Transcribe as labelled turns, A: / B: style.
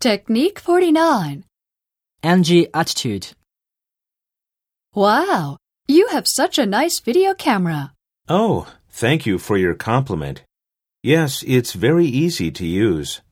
A: Technique 49.
B: NG attitude.
A: Wow, you have such a nice video camera.
C: Oh, thank you for your compliment. Yes, it's very easy to use.